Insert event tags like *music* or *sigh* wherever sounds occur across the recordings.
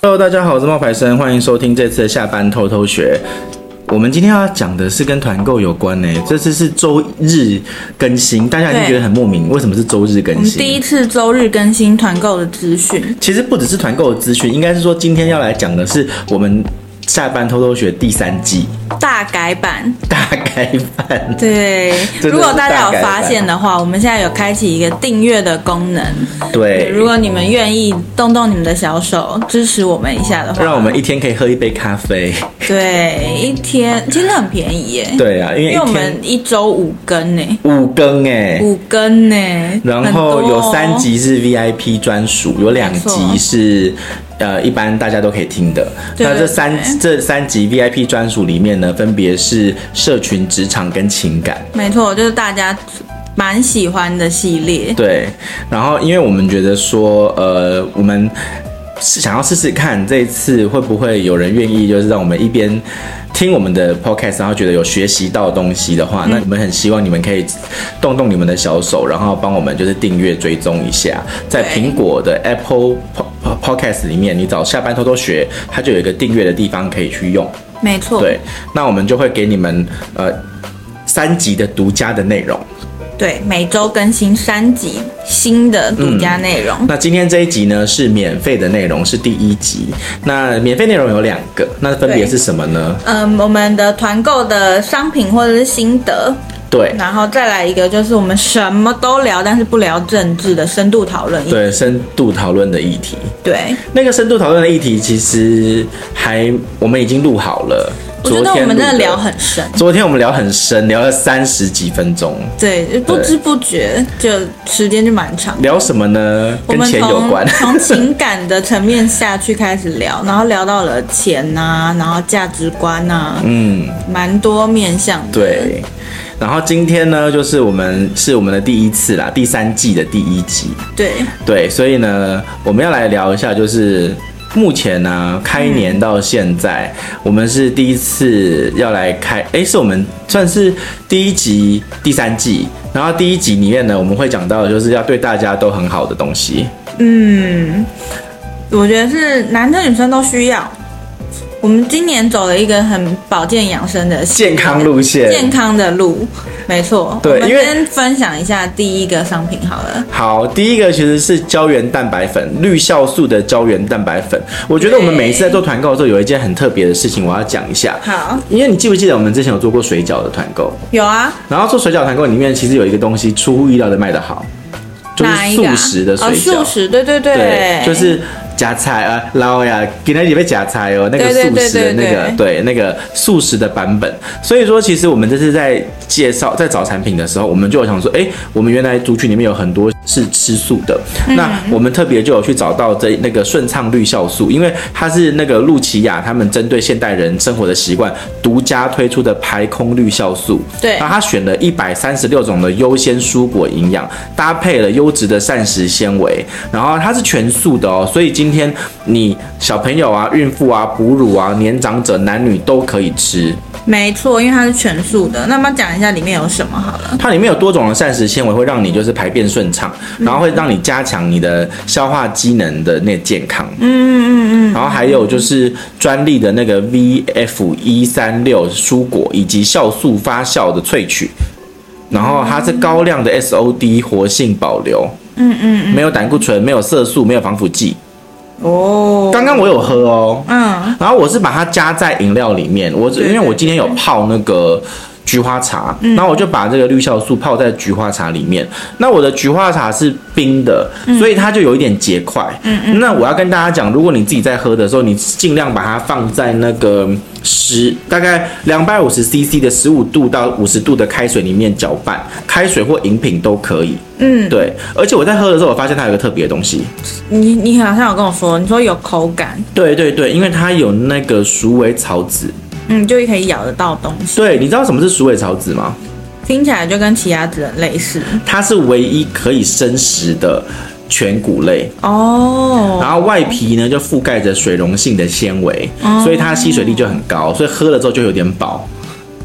Hello，大家好，我是冒牌生，欢迎收听这次的下班偷偷学。我们今天要讲的是跟团购有关呢、这次是周日更新，大家一定对觉得很莫名，为什么是周日我更们新？第一次周日更新团购的资讯，其实不只是团购的资讯，应该是说今天要来讲的是我们下班偷偷学第三季大改版。大改版。对， *laughs* 真的是如果大家大改版有发现的话，我们现在有开启一个订阅的功能。对，如果你们愿意动动你们的小手支持我们一下的话，让我们一天可以喝一杯咖啡。对一天其实很便宜耶，对啊，因为因为我一天们一周五更呢，五更哎、五更呢，然很后多哦有三，集是 VIP 专属，有两集是呃一般大家都可以听的。对那这三对这三集 VIP 专属里面呢，分别是社群、职场跟情感。没错，就是大家蛮喜欢的系列。对，然后因为我们觉得说，呃，我们是想要试试看这一次会不会有人愿意，就是让我们一边听我们的 podcast，然后觉得有学习到东西的话，那我们很希望你们可以动动你们的小手，然后帮我们就是订阅追踪一下，在对苹果的 Apple Po- Po- Podcast 里面，你找下班偷偷学，它就有一个订阅的地方可以去用。没错，对，那我们就会给你们呃三集的独家的内容。对，每周更新三集新的独家嗯内容。那今天这一集呢是免费的内容，是第一集。那免费内容有两个，那分别是什么呢？嗯，我们的团购的商品或者是心得，对然后再来一个就是我们什么都聊，但是不聊政治的深度讨论。对，深度讨论的议题。对，那个深度讨论的议题其实还我们已经录好了，我觉昨得我天们真的录聊。很深，昨天我们聊很深，聊了三十几分钟，对，不知不觉就时间就蛮长。聊什么呢？我跟们钱有关从。 *laughs* 从情感的层面下去开始 *laughs* 聊，然后聊到了钱呐、然后价值观呐、嗯，蛮多面向的。对。然后今天呢，就是我们是我们的第一次啦，第三季的第一集。对，对，所以呢，我们要来聊一下，就是目前呢、啊开年到现在，我们是第一次要来开，诶，是我们算是第一集第三季。然后第一集里面呢，我们会讲到的就是要对大家都很好的东西，嗯，我觉得是男生女生都需要。我们今年走了一个很保健养生的健康路线。健康的路，没错。对我们因为先分享一下第一个商品好了。好，第一个其实是胶原蛋白粉，绿酵素的胶原蛋白粉。我觉得我们每一次在做团购的时候，有一件很特别的事情，我要讲一下。好，因为你记不记得我们之前有做过水饺的团购？有啊，然后做水饺团购里面，其实有一个东西出乎意料的卖得好，就是哪一个素啊？食的水哦，饺，素食，对对对，对，就是夹菜啊，捞呀，给那里面夹菜哦，那个对对素对食的那对个，对，那个素食的版本。所以说，其实我们这次在介绍在找产品的时候，我们就有想说，哎，我们原来族群里面有很多是吃素的，嗯那我们特别就有去找到这那个顺畅绿酵素，因为它是那个露琪亚他们针对现代人生活的习惯独家推出的排空绿酵素，对然后他选了一百三十六种的优先蔬果营养，搭配了优质的膳食纤维，然后它是全素的哦，所以今天你小朋友啊、孕妇啊、哺乳啊、年长者、男女都可以吃。没错，因为它是全素的。那么讲一下里面有什么好了。它里面有多种的膳食纤维，会让你就是排便顺畅，然后会让你加强你的消化机能的那健康。嗯嗯嗯。然后还有就是专利的那个 VF 一三六蔬果以及酵素发酵的萃取，然后它是高量的 SOD 活性保留。嗯嗯没有胆固醇，没有色素，没有防腐剂。哦，刚刚我有喝哦，嗯，然后我是把它加在饮料里面，我因对嗯为我今天有泡那个菊花茶，然后我就把这个绿酵素泡在菊花茶里面。那我的菊花茶是冰的，嗯所以它就有一点结块。嗯嗯。那我要跟大家讲，如果你自己在喝的时候，你尽量把它放在那个十大概两百五十 CC 的十五度到五十度的开水里面搅拌，开水或饮品都可以。嗯，对。而且我在喝的时候，我发现它有一个特别的东西。你你好像有跟我说，你说有口感，对对对，因为它有那个鼠尾草籽。嗯，就可以咬得到东西，对，你知道什么是鼠尾草籽吗？听起来就跟奇亚籽很类似。它是唯一可以生食的全谷类，哦，然后外皮呢就覆盖着水溶性的纤维，所以它吸水力就很高，所以喝了之后就有点饱。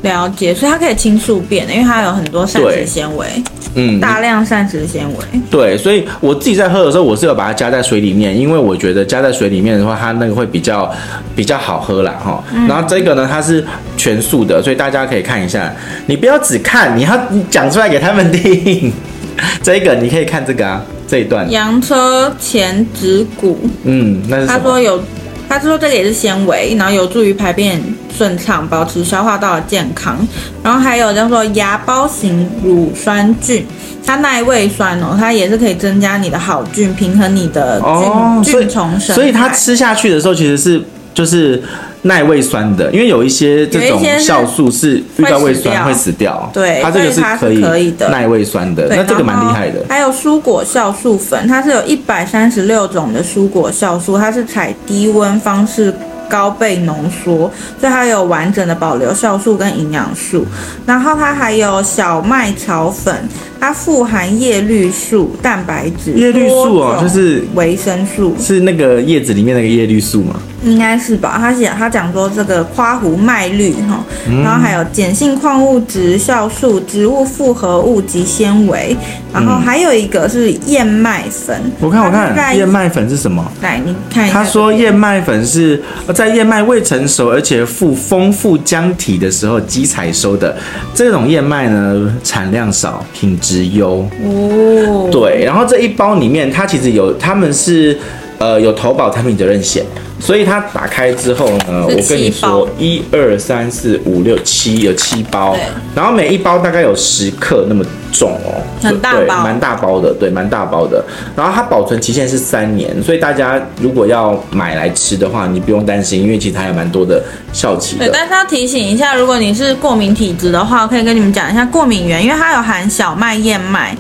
了解，所以它可以清宿便，因为它有很多膳食对纤维，嗯，大量膳食纤维。对，所以我自己在喝的时候，我是有把它加在水里面，因为我觉得加在水里面的话，它那个会比较比较好喝啦哈。然后这个呢，它是全素的，所以大家可以看一下。你不要只看，你要讲出来给他们听。 *laughs* 这个你可以看这个啊，这一段。洋车前指骨，嗯，那是他什说么？有，他说这个也是纤维，然后有助于排便顺畅，保持消化道的健康。然后还有叫做芽孢型乳酸菌，它耐胃酸哦，它也是可以增加你的好菌，平衡你的菌、哦，所以菌虫生态。所以它吃下去的时候，其实是就是耐胃酸的，因为有一些这有一种些是酵素是遇到胃酸会会死死掉。对它这个所以它是可可以的耐胃酸的，对那这个然蛮后厉害的。还有蔬果酵素粉，它是有一百三十六种的蔬果酵素，它是采低温方式高倍浓缩，所以它有完整的保留酵素跟营养素。然后它还有小麦草粉，它富含叶绿素、蛋白质、叶绿素多哦种就是维生素，是那个叶子里面那个叶绿素嘛？应该是吧？他写他讲说这个花胡麦绿哈，嗯然后还有碱性矿物质、酵素、植物复合物及纤维，然后还有一个是燕麦粉。嗯我看我它是在看燕，麦粉是什么？来你看一下。他说燕麦粉是呃在燕麦未成熟而且富丰富浆体的时候机采收的，这种燕麦呢产量少，品质优。哦，对，然后这一包里面它其实有他们是呃有投保产品责任险，所以它打开之后呢，是我跟你七包说一二三四五六七有七包对，然后每一包大概有十克那么重哦，很大对包蛮大包的，对，蛮大包的。然后它保存期限是三年，所以大家如果要买来吃的话，你不用担心，因为其实它有蛮多的效期对，的。但是要提醒一下，如果你是过敏体质的话，我可以跟你们讲一下过敏源，因为它有含小麦、燕麦、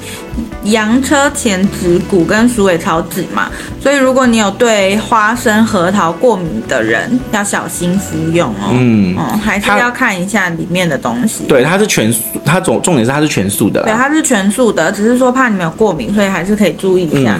洋车前子骨跟鼠尾草籽嘛，所以如果你有对花生、核桃过敏的人，要小心服用哦。嗯哦，还是它要看一下里面的东西。对，啊它是全素，它总重点是它是全素的啦对，。它是全素的，只是说怕你们有过敏，所以还是可以注意嗯一下。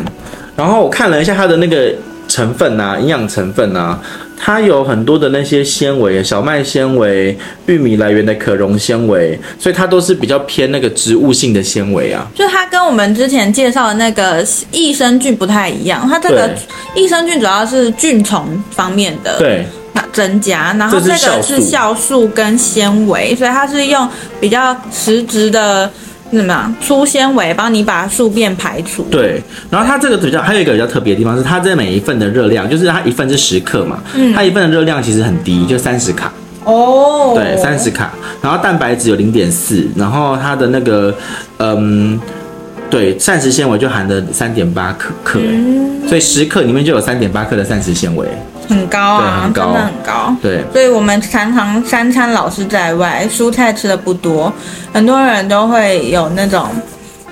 然后我看了一下它的那个成分啊，营养成分啊，它有很多的那些纤维，小麦纤维、玉米来源的可溶纤维，所以它都是比较偏那个植物性的纤维啊。就它跟我们之前介绍的那个益生菌不太一样，它这个益生菌主要是菌虫方面的。对，增加，然后这这是个酵素是酵素跟纤维，所以它是用比较实质的什么啊粗纤维帮你把宿便排除。对，然后它这个比较还有一个比较特别的地方是，它这每一份的热量，就是它一份是十克嘛，它一份的热量其实很低，就三十卡，哦，对，三十卡。然后蛋白质有零点四，然后它的那个，嗯，对，膳食纤维就含了三点八克克、欸嗯所以十克里面就有三点八克的膳食纤维。很高啊，对很高真的很高。对，所以我们常常三餐老是在外，蔬菜吃的不多，很多人都会有那种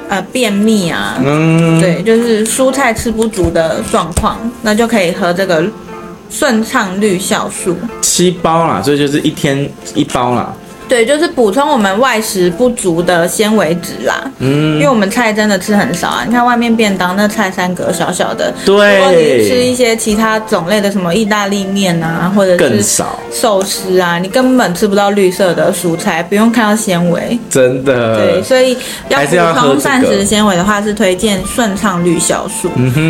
呃便秘啊，嗯，对，就是蔬菜吃不足的状况，那就可以喝这个顺畅绿酵素。七包啦，所以就是一天一包啦。对，就是补充我们外食不足的纤维质啦。因嗯，为我们菜真的吃很少啊，你看外面便当那菜三格小小的，如果你吃一对，些其他种类的什么意大利面啊，或者更是少，寿司啊，你根本吃不到绿色的蔬菜，不用看到纤维。真对，的。所以呃要还是要补喝充这膳个嗯食纤维的话，是推荐顺畅绿酵素。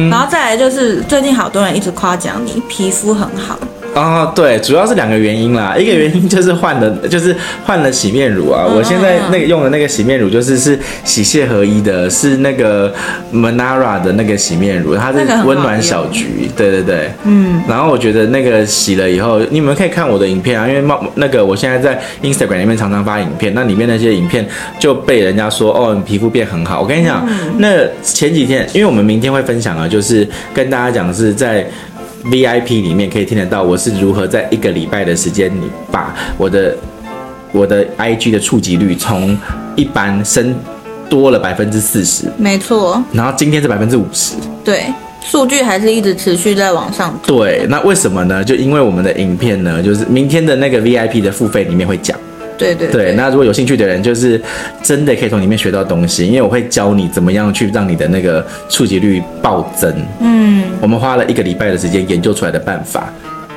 然后再来就是最近好多人一直夸奖你皮肤很好，哦，对，主要是两个原因啦，一个原因就是换了，就是换了洗面乳啊。我现在那个用的那个洗面乳就是是洗卸合一的，是那个 Manara 的那个洗面乳，它是那个很好 *laughs* 温暖小菊，对对对，嗯。然后我觉得那个洗了以后，你们可以看我的影片啊，因为冒那个我现在在 Instagram 里面常常发影片，那里面那些影片就被人家说哦，你皮肤变很好。我跟你讲，嗯那前几天，因为我们明天会分享啊，就是跟大家讲是在。VIP 里面可以听得到我是如何在一个礼拜的时间里把我的我的 IG 的触及率从一般升多了百分之四十，没错，然后今天是百分之五十。对，数据还是一直持续在往上走对，那为什么呢？就因为我们的影片呢，就是明天的那个 VIP 的付费里面会讲。对对对，那如果有兴趣的人，就是真的可以从里面学到东西，因为我会教你怎么样去让你的那个触及率暴增。嗯，我们花了一个礼拜的时间研究出来的办法。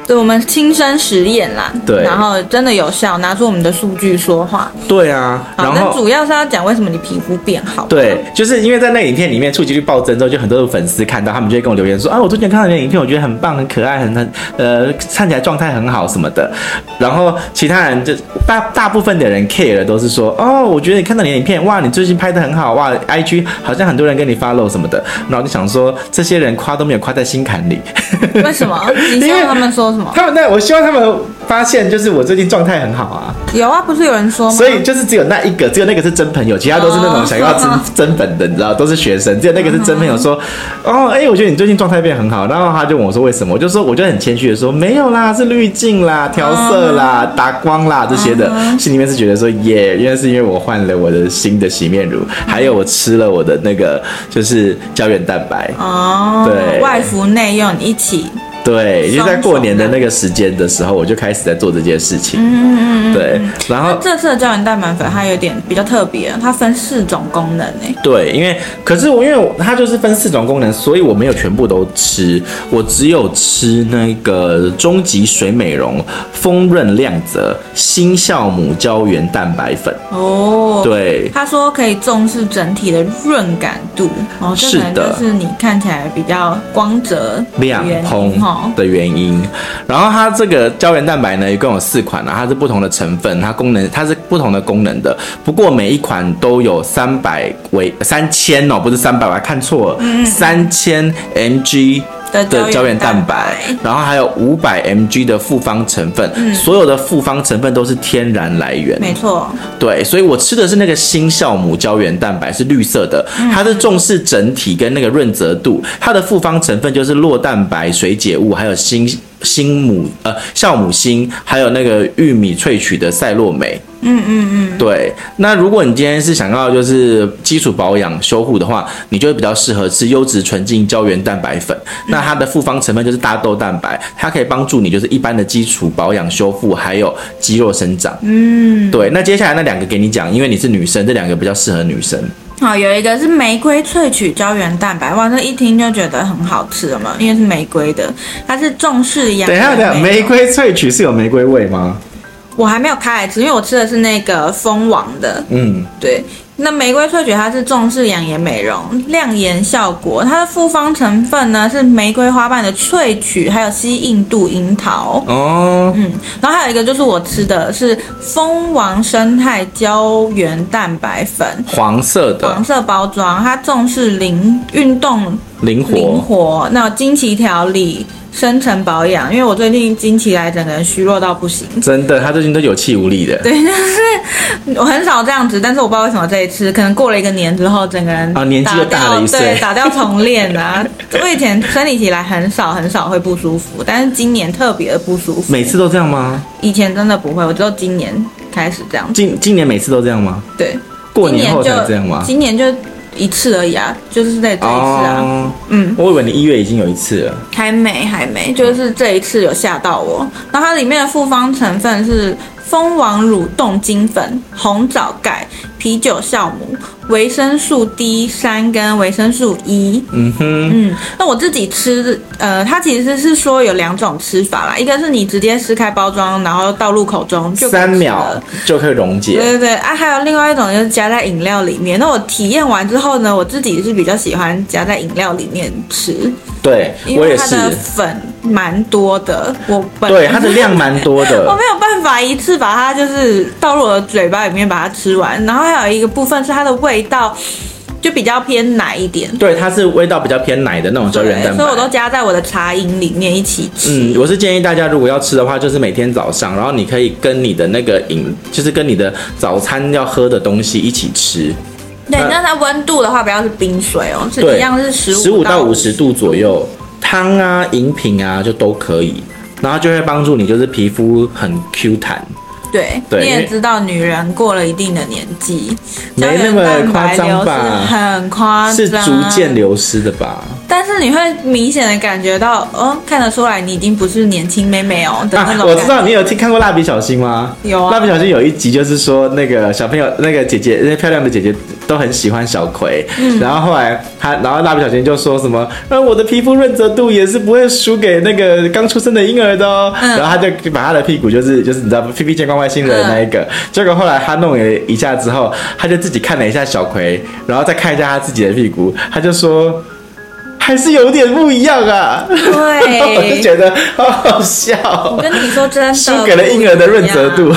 对我们亲身实验啦，对然后真的有效，拿出我们的数据说话。对啊，然好，那后。主要是要讲为什么你皮肤变好。 *laughs* 对，就是因为在那影片里面触及率暴增之后，就很多的粉丝看到，他们就会跟我留言说啊，我最近看到你的影片，我觉得很棒、很可爱、很很呃， *laughs* 看起来状态很好什么的。然后其他人就大大部分的人 care 的都是说哦，我觉得你看到你的影片，哇，你最近拍的很好，哇，IG 好像很多人跟你 follow 什么的。然后我就想说，这些人夸都没有夸在心坎里， *laughs* 为什么？你希望他们说什么？他们那我希望他们发现，就是我最近状态很好啊。有啊，不是有人说吗？所以就是只有那一个，只有那个是真朋友，其他都是那种哦想要真真本的，你知道，都是学生。只有那个是真朋友说，哦，哎、我觉得你最近状态变很好。然后他就问我说为什么，我就说我就很谦虚的说没有啦，是滤镜啦、调色啦、哦打光啦这些的。心里面是觉得说耶，原来是因为我换了我的新的洗面乳，还有我吃了我的那个就是胶原蛋白。哦，对外服内用一起。对，就在双重过年的的那个时间的时候，我就开始在做这件事情。嗯嗯嗯嗯。对，然后这次的胶原蛋白粉它有点比较特别，它分四种功能欸诶、对，因为可是我因为我它就是分四种功能，所以我没有全部都吃，我只有吃那个终极水美容、丰润亮泽、新酵母胶原蛋白粉。哦，。对，他说可以重视整体的润感度，哦，这是可能的就是你看起来比较光泽的亮原蓬因哦。的原因。然后它这个胶原蛋白呢，一共有四款啊，它是不同的成分，它功能它是不同的功能的。不过每一款都有三百微三千哦，不是三百，我还看错嗯了，三千 mg 的的胶胶原原蛋蛋白白，嗯然后还有五百 mg 的复方成分，所有的复方成分都是天然来源。没错，对，所以我吃的是那个新酵母胶原蛋白，是绿色的，嗯它是重视整体跟那个润泽度。它的复方成分就是酪蛋白、水解物，还有新新母呃酵母锌，还有那个玉米萃取的赛洛美。嗯嗯对，那如果你今天是想要就是基础保养修护的话，你就会比较适合吃优质纯净胶原蛋白粉。嗯那它的复方成分就是大豆蛋白，它可以帮助你就是一般的基础保养修复，还有肌肉生长。嗯， *laughs* 对。那接下来那两个给你讲，因为你是女生，这两个比较适合女生。嗯，好，有一个是玫瑰萃取胶原蛋白，哇，这一听就觉得很好吃了嘛，因为是玫瑰的，它是重视养。 *laughs* 等一下，等一下，玫，瑰萃取是有玫瑰味吗？我还没有开来吃，因为我吃的是那个蜂王的，嗯，对，那玫瑰萃取它是重视养颜美容、亮颜效果，它的复方成分呢是玫瑰花瓣的萃取，还有西印度樱桃。哦，嗯，然后还有一个就是我吃的是蜂王生态胶原蛋白粉，黄色的黄，色包装，它重视灵运动灵活。灵活，那经期调理、深层保养，因为我最近经期来，整个人虚弱到不行。真的，他最近都有气无力的。对，就是我很少这样子，但是我不知道为什么这一次，可能过了一个年之后，整个人啊年纪又大打了掉一岁对，打掉重练 *laughs* 啊。我以前生理期来很少很少会不舒服，但是今年特别的不舒服。每次都这样吗？以前真的不会，我只有今年开始这样。今今年每次都这样吗？对，过年后今才就这样吗？今年就一次而已啊，就是在这一次啊，哦，嗯。我以为你一月已经有一次了。还没，还没，就是这一次有吓到我。然后它里面的复方成分是蜂王乳冻精粉、红枣钙、啤酒酵母、维生素 D 三跟维生素 E。嗯哼，嗯，那我自己吃，呃，它其实是说有两种吃法啦，一个是你直接撕开包装，然后倒入口中就可以三吃秒了就可以溶对解。对对啊，还有另外一种就是加在饮料里面。那我体验完之后呢，我自己是比较喜欢加在饮料里面吃。对，因我为也它是。的粉蛮多的，我本对，它的量蛮多 *laughs* 我的。没有办法一次把它就是倒入我的嘴巴里面把它吃完，然后还有一个部分是它的味道就比较偏奶一点，对，它是味道比较偏奶的那种胶原对，蛋所以我都白。加在我的茶饮里面一起吃。嗯，我是建议大家如果要吃的话，就是每天早上，然后你可以跟你的那个饮，就是跟你的早餐要喝的东西一起吃，对，那那它温度的话不要是冰水哦，是对一样是十十五五到五五十度左右，汤啊、饮品啊就都可以，然后就会帮助你就是皮肤很 Q 弹。对，对你因也为知道，女人过了一定的年纪，没胶那原么蛋夸白张流失吧很夸张，啊是逐渐流失的吧？但是你会明显的感觉到，哦，看得出来你已经不是年轻妹妹哦的那啊，种、我知道你有听看过《蜡笔小新》吗？有啊蜡笔小新》有一集就是说那个小朋友，那个姐姐，那漂亮的姐姐都很喜欢小葵。嗯然后后来他，然后蜡笔小新就说什么，呃，我的皮肤润泽度也是不会输给那个刚出生的婴儿的哦。嗯然后他就把他的屁股就是就是你知道屁屁见光外星人那一个，嗯结果后来他弄了一下之后，他就自己看了一下小葵，然后再看一下他自己的屁股，他就说。还是有点不一样啊，然 *laughs* 后我就对，觉得好好笑我，跟你说真的，输给了婴儿的润泽度。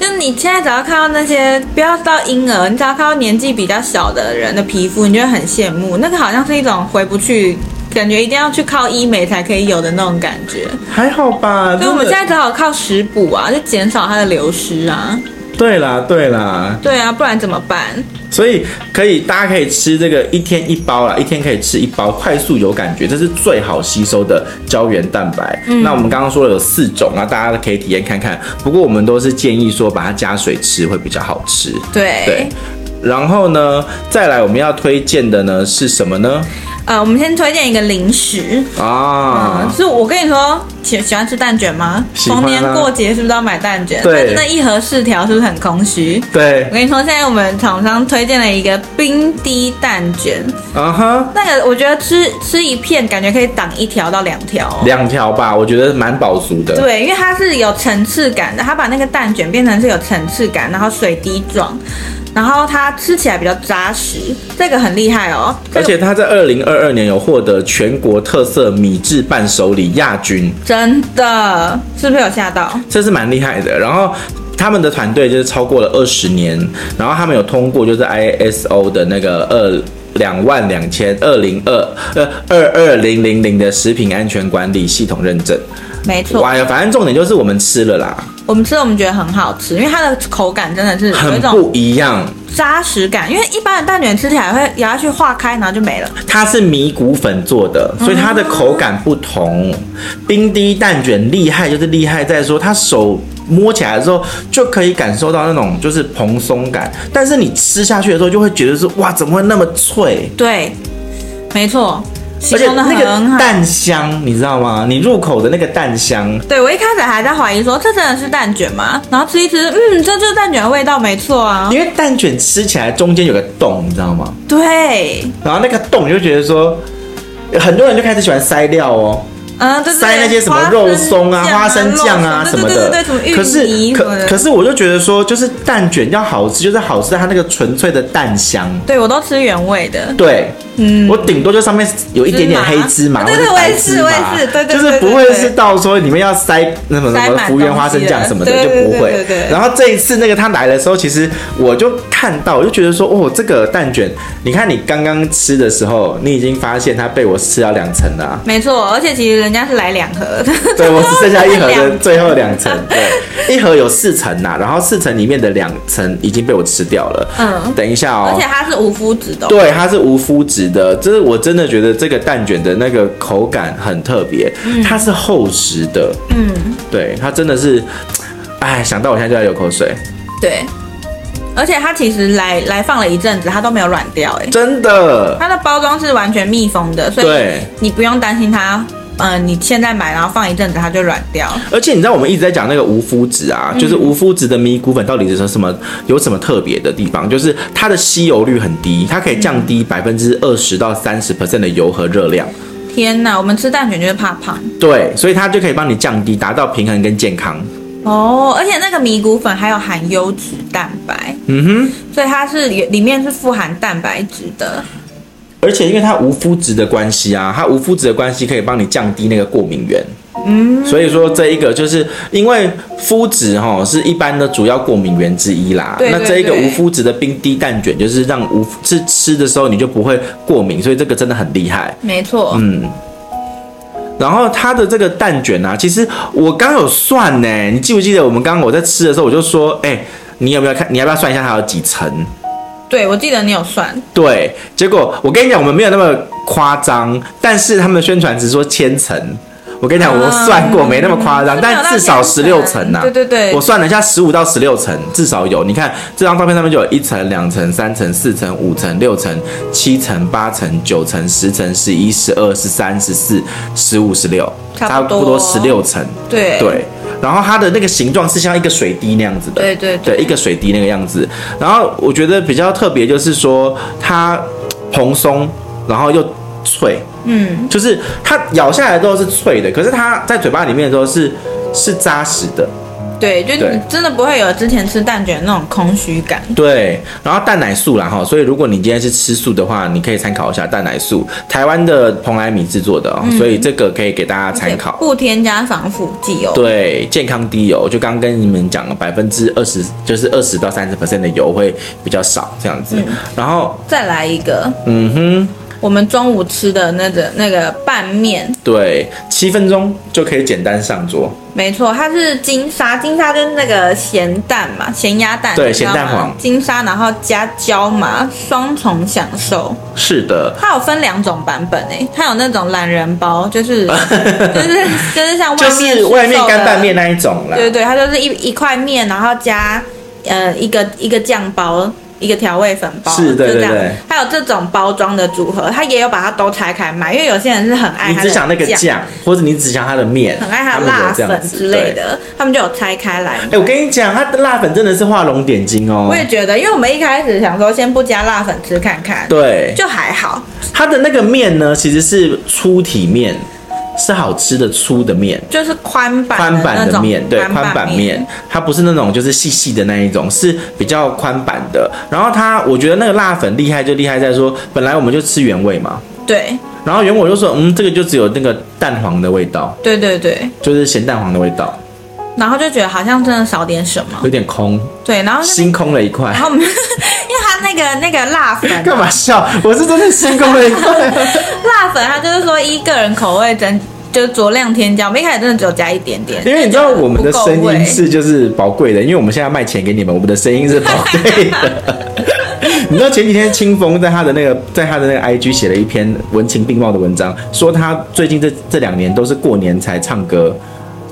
就是你现在只要看到那些，不要到婴儿，你只要看到年纪比较小的人的皮肤，你就会很羡慕。那个好像是一种回不去，感觉一定要去靠医美才可以有的那种感觉。还好吧，所以我们真现的在只好靠食补啊，就减少它的流失啊。对啦对啦，对啊，不然怎么办？所以可以大家可以吃这个一天一包啦，一天可以吃一包，快速有感觉，这是最好吸收的胶原蛋白。嗯那我们刚刚说了有四种啊，大家可以体验看看。不过我们都是建议说把它加水吃会比较好吃。对对，然后呢，再来我们要推荐的呢是什么呢？呃，我们先推荐一个零食，嗯，啊，是我跟你说，喜喜欢吃蛋卷吗？喜欢啊逢年过节是不是都要买蛋卷？对那那一盒四条是不是很空虚？对我，跟你说，现在我们厂商推荐了一个冰滴蛋卷，啊哈，那个我觉得吃吃一片，感觉可以挡一条到两条哦、两条吧，我觉得蛮饱足的。对，因为它是有层次感的，它把那个蛋卷变成是有层次感，然后水滴状，然后它吃起来比较扎实，这个很厉害哦。这而个且他在二零二二年有获得全国特色米制伴手礼亚军，真的是不是有吓到？这是蛮厉害的。然后他们的团队就是超过了二十年，然后他们有通过就是 ISO 的那个二。两万两千二零二呃二二零零零的食品安全管理系统认证，没错，哇呀，反正重点就是我们吃了啦，我们吃我们觉得很好吃，因为它的口感真的是有一很种不一样。扎实感，因为一般的蛋卷吃起来会咬下去化开，然后就没了。它是米谷粉做的，所以它的口感不同。冰滴蛋卷厉害就是厉害在说，它手摸起来的时候就可以感受到那种就是蓬松感，但是你吃下去的时候就会觉得说，哇，怎么会那么脆？对，没错，而形且容的那很个好。蛋香，你知道吗？你入口的那个蛋香，对我一开始还在怀疑说这真的是蛋卷吗？然后吃一吃，嗯，这就是蛋卷的味道，没错啊。因为蛋卷吃起来中间有个洞，你知道吗？对，然后那个洞你就觉得说，很多人就开始喜欢塞料哦。嗯，对对对塞那些什么肉松啊、花生酱啊肉什松么对的对对对，什么。可是芋泥什可么的。可是我就觉得说，就是蛋卷要好吃，就是好吃在它那个纯粹的蛋香。对我都吃原味的，对，嗯，我顶多就上面有一点点黑芝麻，芝麻对对或者白我也是芝麻我也是对对就是对对不对会对是到说里面要塞那么什塞么满福源东花生西酱的什么的对就对不对会对对。然后这一次那个他来的时候，其实我就看到，我就觉得说，哦，这个蛋卷，你看你刚刚吃的时候，你已经发现它被我吃了两层了啊。没错，而且其实人家是来两盒的， *laughs* *laughs* 对，我只剩下一盒的最后两层，对，一盒有四层呐、然后四层里面的两层已经被我吃掉了。嗯等一下而哦且，它是无麸质的哦，对，它是无麸质的，这是我真的觉得这个蛋卷的那个口感很特别，它是厚实的，嗯，对，它真的是，哎，想到我现在就要流口水，对，而且它其实来来放了一阵子，它都没有软掉，哎，真的，它的包装是完全密封的，所以对。你不用担心它，嗯，你现在买然后放一阵子它就软掉，而且你知道我们一直在讲那个无麸质啊，就是无麸质的米谷粉到底是什么有什么特别的地方？就是它的吸油率很低，它可以降低百分之二十到三十 percent 的油和热量。天哪，我们吃蛋卷就是怕胖对，所以它就可以帮你降低，达到平衡跟健康。哦，而且那个米谷粉还有含优质蛋白，嗯所以它是里面是富含蛋白质的。哼，而且因为它无麸质的关系啊，它无麸质的关系可以帮你降低那个过敏源。嗯，所以说这一个就是因为麸质哈是一般的主要过敏源之一啦。对对那这一个对无麸质的冰滴蛋卷就是让无是吃的时候你就不会过敏，所以这个真的很厉害。没错，嗯，然后它的这个蛋卷啊，其实我刚有算呢，你记不记得我们刚刚我在吃的时候，我就说，哎、你有没有看？你要不要算一下它有几层？对我记得你有算，对，结果我跟你讲，我们没有那么夸张，但是他们的宣传只说千层。我跟你讲，我算过没那么夸张，嗯但至少十六层呐。啊对对对我算了一下，十五到十六层至少有。你看这张照片上面就有一层、两层、三层、四层、五层、六层、七层、八层、九层、十层、十一、十二、十三、十四、十五、十六，差不多哦不多十六层。对对，然后它的那个形状是像一个水滴那样子的，对对对，一个水滴那个样子。然后我觉得比较特别就是说它蓬松，然后又脆，嗯，就是它咬下来之后是脆的，可是它在嘴巴里面的时候是是扎实的。对，就对你真的不会有之前吃蛋卷那种空虚感。对，然后蛋奶素啦哈，所以如果你今天是吃素的话，你可以参考一下蛋奶素，台湾的蓬莱米制作的哦，所以这个可以给大家参考。不添加防腐剂哦。对，健康低油，就刚刚跟你们讲了，百分之二十就是二十到三十 percent 的油会比较少这样子。然后，再来一个，嗯哼，我们中午吃的那个那个拌面，对，七分钟就可以简单上桌。没错，它是金沙，金沙就是那个咸蛋嘛，咸鸭蛋，对你知道吗咸蛋黄金沙，然后加椒麻，双重享受。是的，它有分两种版本诶，它有那种懒人包，就是 *laughs* 就是就是像外就面市是售的外面干拌面那一种啦。对对，它就是一一块面，然后加呃一个一个酱包，一个调味粉包，是对就这样对对。还有这种包装的组合，它也有把它都拆开卖，因为有些人是很爱你它只想那的个酱，或者你只想它的面，很爱它他的们有辣这样粉子之类。对的，他们就有拆开来。哎、我跟你讲，它的辣粉真的是画龙点睛哦我。也觉得，因为我们一开始想说先不加辣粉吃看看，对，就还好。它的那个面呢，其实是粗体面，是好吃的粗的面。就是宽版宽的版那的种面，对，宽宽版面面，，它不是那种就是细细的那一种，是比较宽版的。然后它，我觉得那个辣粉厉害就厉害在说，本来我们就吃原味嘛，对然后原味我就说，嗯，这个就只有那个蛋黄的味道，对对对，就是咸蛋黄的味道，然后就觉得好像真的少点什么，有点空，对，然后那啊心空了一块然。后我们 *laughs* 因为它那个那个辣粉啊、干嘛笑？我是真的心空了一块。辣粉，它就是说依个人口味增，就是酌量添加。我们一开始真的只有加一点点，因为你知道我们的不够声音味是就是宝贵的，因为我们现在卖钱给你们，我们的声音是宝贵的。你知道前几天清风在他的那个在他的那个 IG 写了一篇文情并茂的文章，说他最近这这两年都是过年才唱歌。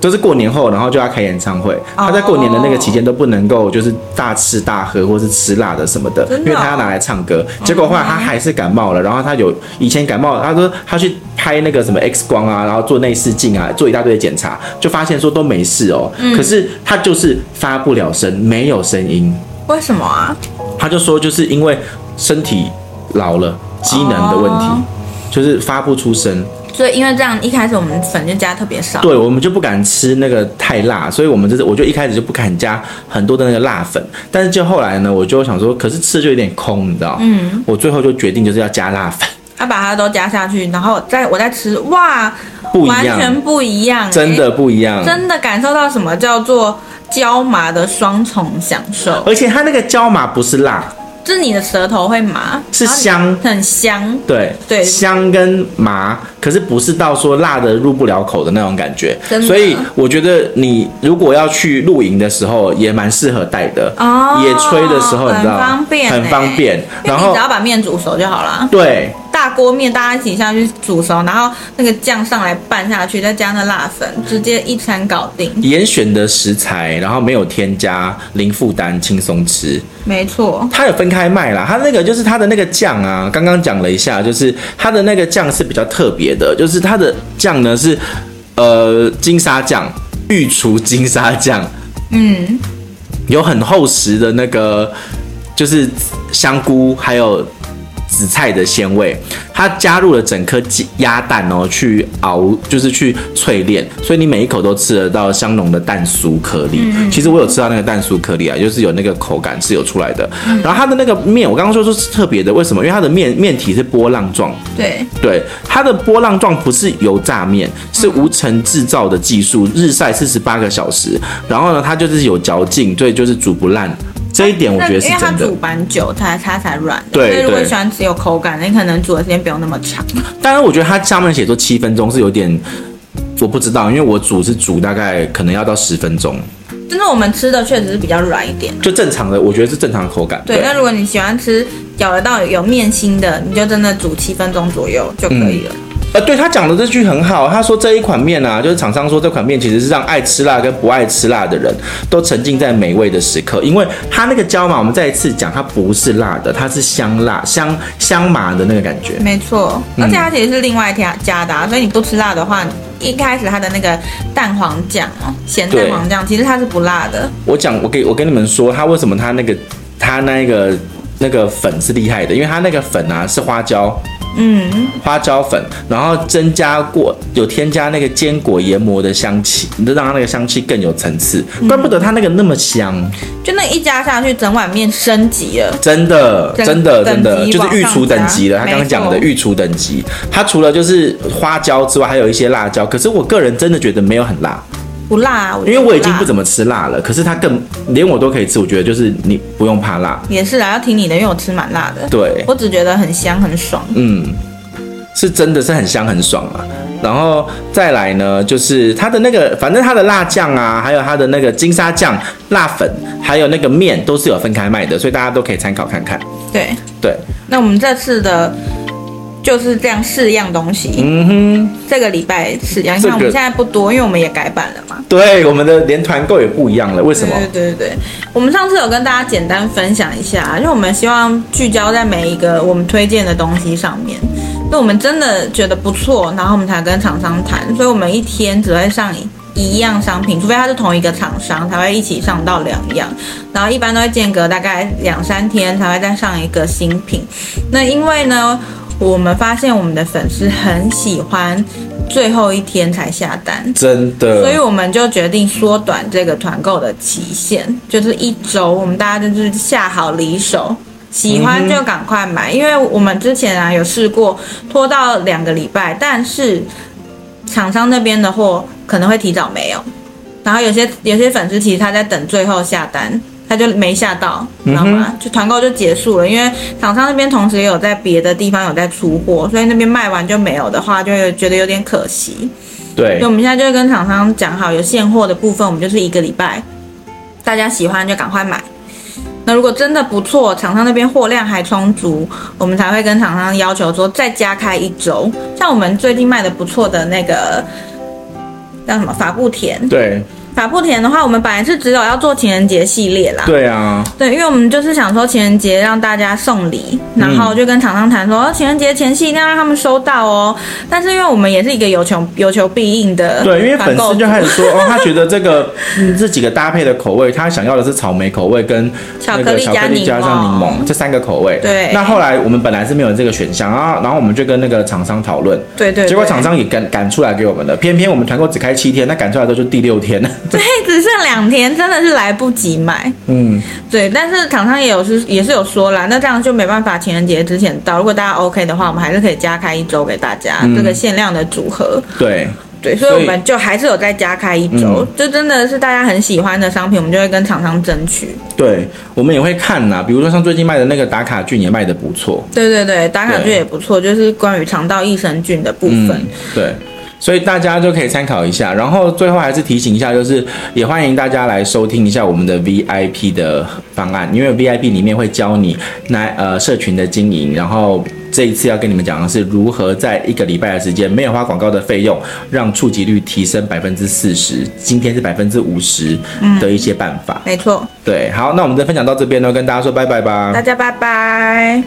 就是过年后，然后就要开演唱会。他在过年的那个期间都不能够就是大吃大喝或是吃辣的什么的，真的因哦为他要拿来唱歌。结果后来他还是感冒了，然后他有以前感冒，他说他去拍那个什么 X 光啊，然后做内视镜啊，做一大堆的检查，就发现说都没事哦。嗯可是他就是发不了声，没有声音。为什么啊？他就说，就是因为身体老了，机能的问题，哦就是发不出声。所以因为这样，一开始我们粉就加特别少。对，我们就不敢吃那个太辣，所以我们就是我就一开始就不敢加很多的那个辣粉，但是就后来呢，我就想说，可是吃就有点空，你知道？嗯，我最后就决定就是要加辣粉，他把它都加下去，然后再我再吃，哇，不一完样全不一样、真的不一样欸，。真的感受到什么叫做椒麻的双重享受，而且它那个椒麻不是辣，就是你的舌头会麻，是然后你香很香，对嗯对香跟麻，可是不是到说辣的入不了口的那种感觉真，的所以我觉得你如果要去露营的时候，也蛮适合带的。哦野炊的时候，你很知道方便欸很方便。因然为你后只要把面煮熟就好了。对，大锅面，大家一起下去煮熟，然后那个酱上来拌下去，再加那辣粉，直接一餐搞定。严选的食材，然后没有添加，零负担，轻松吃。没错，它有分开卖啦，它那个就是它的那个酱啊，刚刚讲了一下，就是它的那个酱是比较特别的，就是它的酱呢是呃金沙酱，御厨金沙酱，嗯，有很厚实的那个就是香菇还有紫菜的鲜味，它加入了整颗鸡鸭蛋哦去熬，就是去淬炼，所以你每一口都吃得到香浓的蛋酥颗粒。嗯其实我有吃到那个蛋酥颗粒啊，就是有那个口感是有出来的。然后它的那个面，我刚刚说说是特别的，为什么？因为它的面面体是波浪状，对，对，它的波浪状不是油炸面，是无尘制造的技术，日晒四十八个小时。然后呢，它就是有嚼劲，所以就是煮不烂。这一点我那觉得是因为它真的煮。蛮久，它它才软的。对所以如果对你喜欢吃有口感的，你可能煮的时间不用那么长。当然，我觉得它上面写说七分钟是有点，我不知道，因为我煮是煮大概可能要到十分钟，真的，我们吃的确实是比较软一点。就正常的，我觉得是正常的口感。对，那如果你喜欢吃咬得到有面心的，你就真的煮七分钟左右就可以了。呃，对他讲的这句很好，他说这一款面啊，就是厂商说这款面其实是让爱吃辣跟不爱吃辣的人都沉浸在美味的时刻，因为它那个椒麻，我们再一次讲，它不是辣的，它是香辣香香麻的那个感觉。嗯没错，而且它其实是另外加加的、啊，所以你不吃辣的话，一开始它的那个蛋黄酱哦，咸蛋对黄酱，其实它是不辣的，我讲，我给我跟你们说，它为什么它那个它那个那个粉是厉害的，因为它那个粉啊是花椒。嗯，花椒粉，然后增加过有添加那个坚果研磨的香气，你就让它那个香气更有层次，嗯怪不得它那个那么香，就那一加下去，整碗面升级了。真的，整真的，等真的，级就是往御上厨等加级的。他刚刚没讲的错御厨等级，它除了就是花椒之外，还有一些辣椒。可是我个人真的觉得没有很辣，不辣、啊，我觉因得为我已经辣不怎么吃辣了。可是它更连我都可以吃，我觉得就是你不用怕辣，也是啦，要听你的，因为我吃蛮辣的，对，我只觉得很香很爽。嗯，是真的是很香很爽啊。然后再来呢，就是它的那个，反正它的辣酱啊，还有它的那个金沙酱、辣粉，还有那个面都是有分开卖的，所以大家都可以参考看看。对，对，那我们这次的就是这样四样东西，嗯哼。这个礼拜四样，你这看个我们现在不多，因为我们也改版了嘛。对，我们的连团购也不一样了，为什么？对对对对对，我们上次有跟大家简单分享一下，因为我们希望聚焦在每一个我们推荐的东西上面。那我们真的觉得不错，然后我们才跟厂商谈，所以我们一天只会上一样商品，除非它是同一个厂商，才会一起上到两样，然后一般都会间隔大概两三天才会再上一个新品。那因为呢，我们发现我们的粉丝很喜欢最后一天才下单，真所以的，我们就决定缩短这个团购的期限，就是一周。我们大家就是下好离手，喜欢就赶快买，因为我们之前啊有试过拖到两个礼拜，但是厂商那边的货可能会提早没有。然后有些有些粉丝其实他在等最后下单，他就没下到，你知道吗？就团购就结束了，因为厂商那边同时也有在别的地方有在出货，所以那边卖完就没有的话，就会觉得有点可惜。对所以我，们现在就会跟厂商讲好，有现货的部分，我们就是一个礼拜，大家喜欢就赶快买。那如果真的不错，厂商那边货量还充足，我们才会跟厂商要求说再加开一周。像我们最近卖的不错的那个叫什么法布甜，对，法布甜的话，我们本来是只有要做情人节系列啦，对啊，对，因为我们就是想说情人节让大家送礼，然后嗯就跟厂商谈说、哦情人节前夕一定要让他们收到哦。但是因为我们也是一个有求有求必应的 *laughs* 团对，购组，因为粉丝就开始 *laughs* 说，哦，他觉得这个、嗯、这几个搭配的口味，他想要的是草莓口味跟巧那克个力巧克加力柠加上柠檬，檬这三个口味。对那后来我们本来是没有这个选项啊，然后我们就跟那个厂商讨论，对对对，结果厂商也赶赶出来给我们了，偏偏我们团购只开七天，那赶出来的就第六天。对只剩两天，真的是来不及买。嗯，对，但是厂商也有是也是有说啦，那这样就没办法情人节之前到。如果大家 OK 的话，我们还是可以加开一周给大家、嗯这个限量的组合。对，对，所以所我以们就还是有再加开一周，嗯就真的是大家很喜欢的商品，我们就会跟厂商争取。对，我们也会看呐、比如说像最近卖的那个打卡菌也卖的不错。对对对，打卡对菌也不错，就是关于肠道益生菌的部分。嗯、对。所以大家就可以参考一下，然后最后还是提醒一下，就是也欢迎大家来收听一下我们的 VIP 的方案，因为 VIP 里面会教你那呃社群的经营，然后这一次要跟你们讲的是如何在一个礼拜的时间没有花广告的费用，让触及率提升百分之四十，今天是百分之五十的一些办法。没错，对，好，那我们的分享到这边呢，跟大家说拜拜吧，大家拜拜。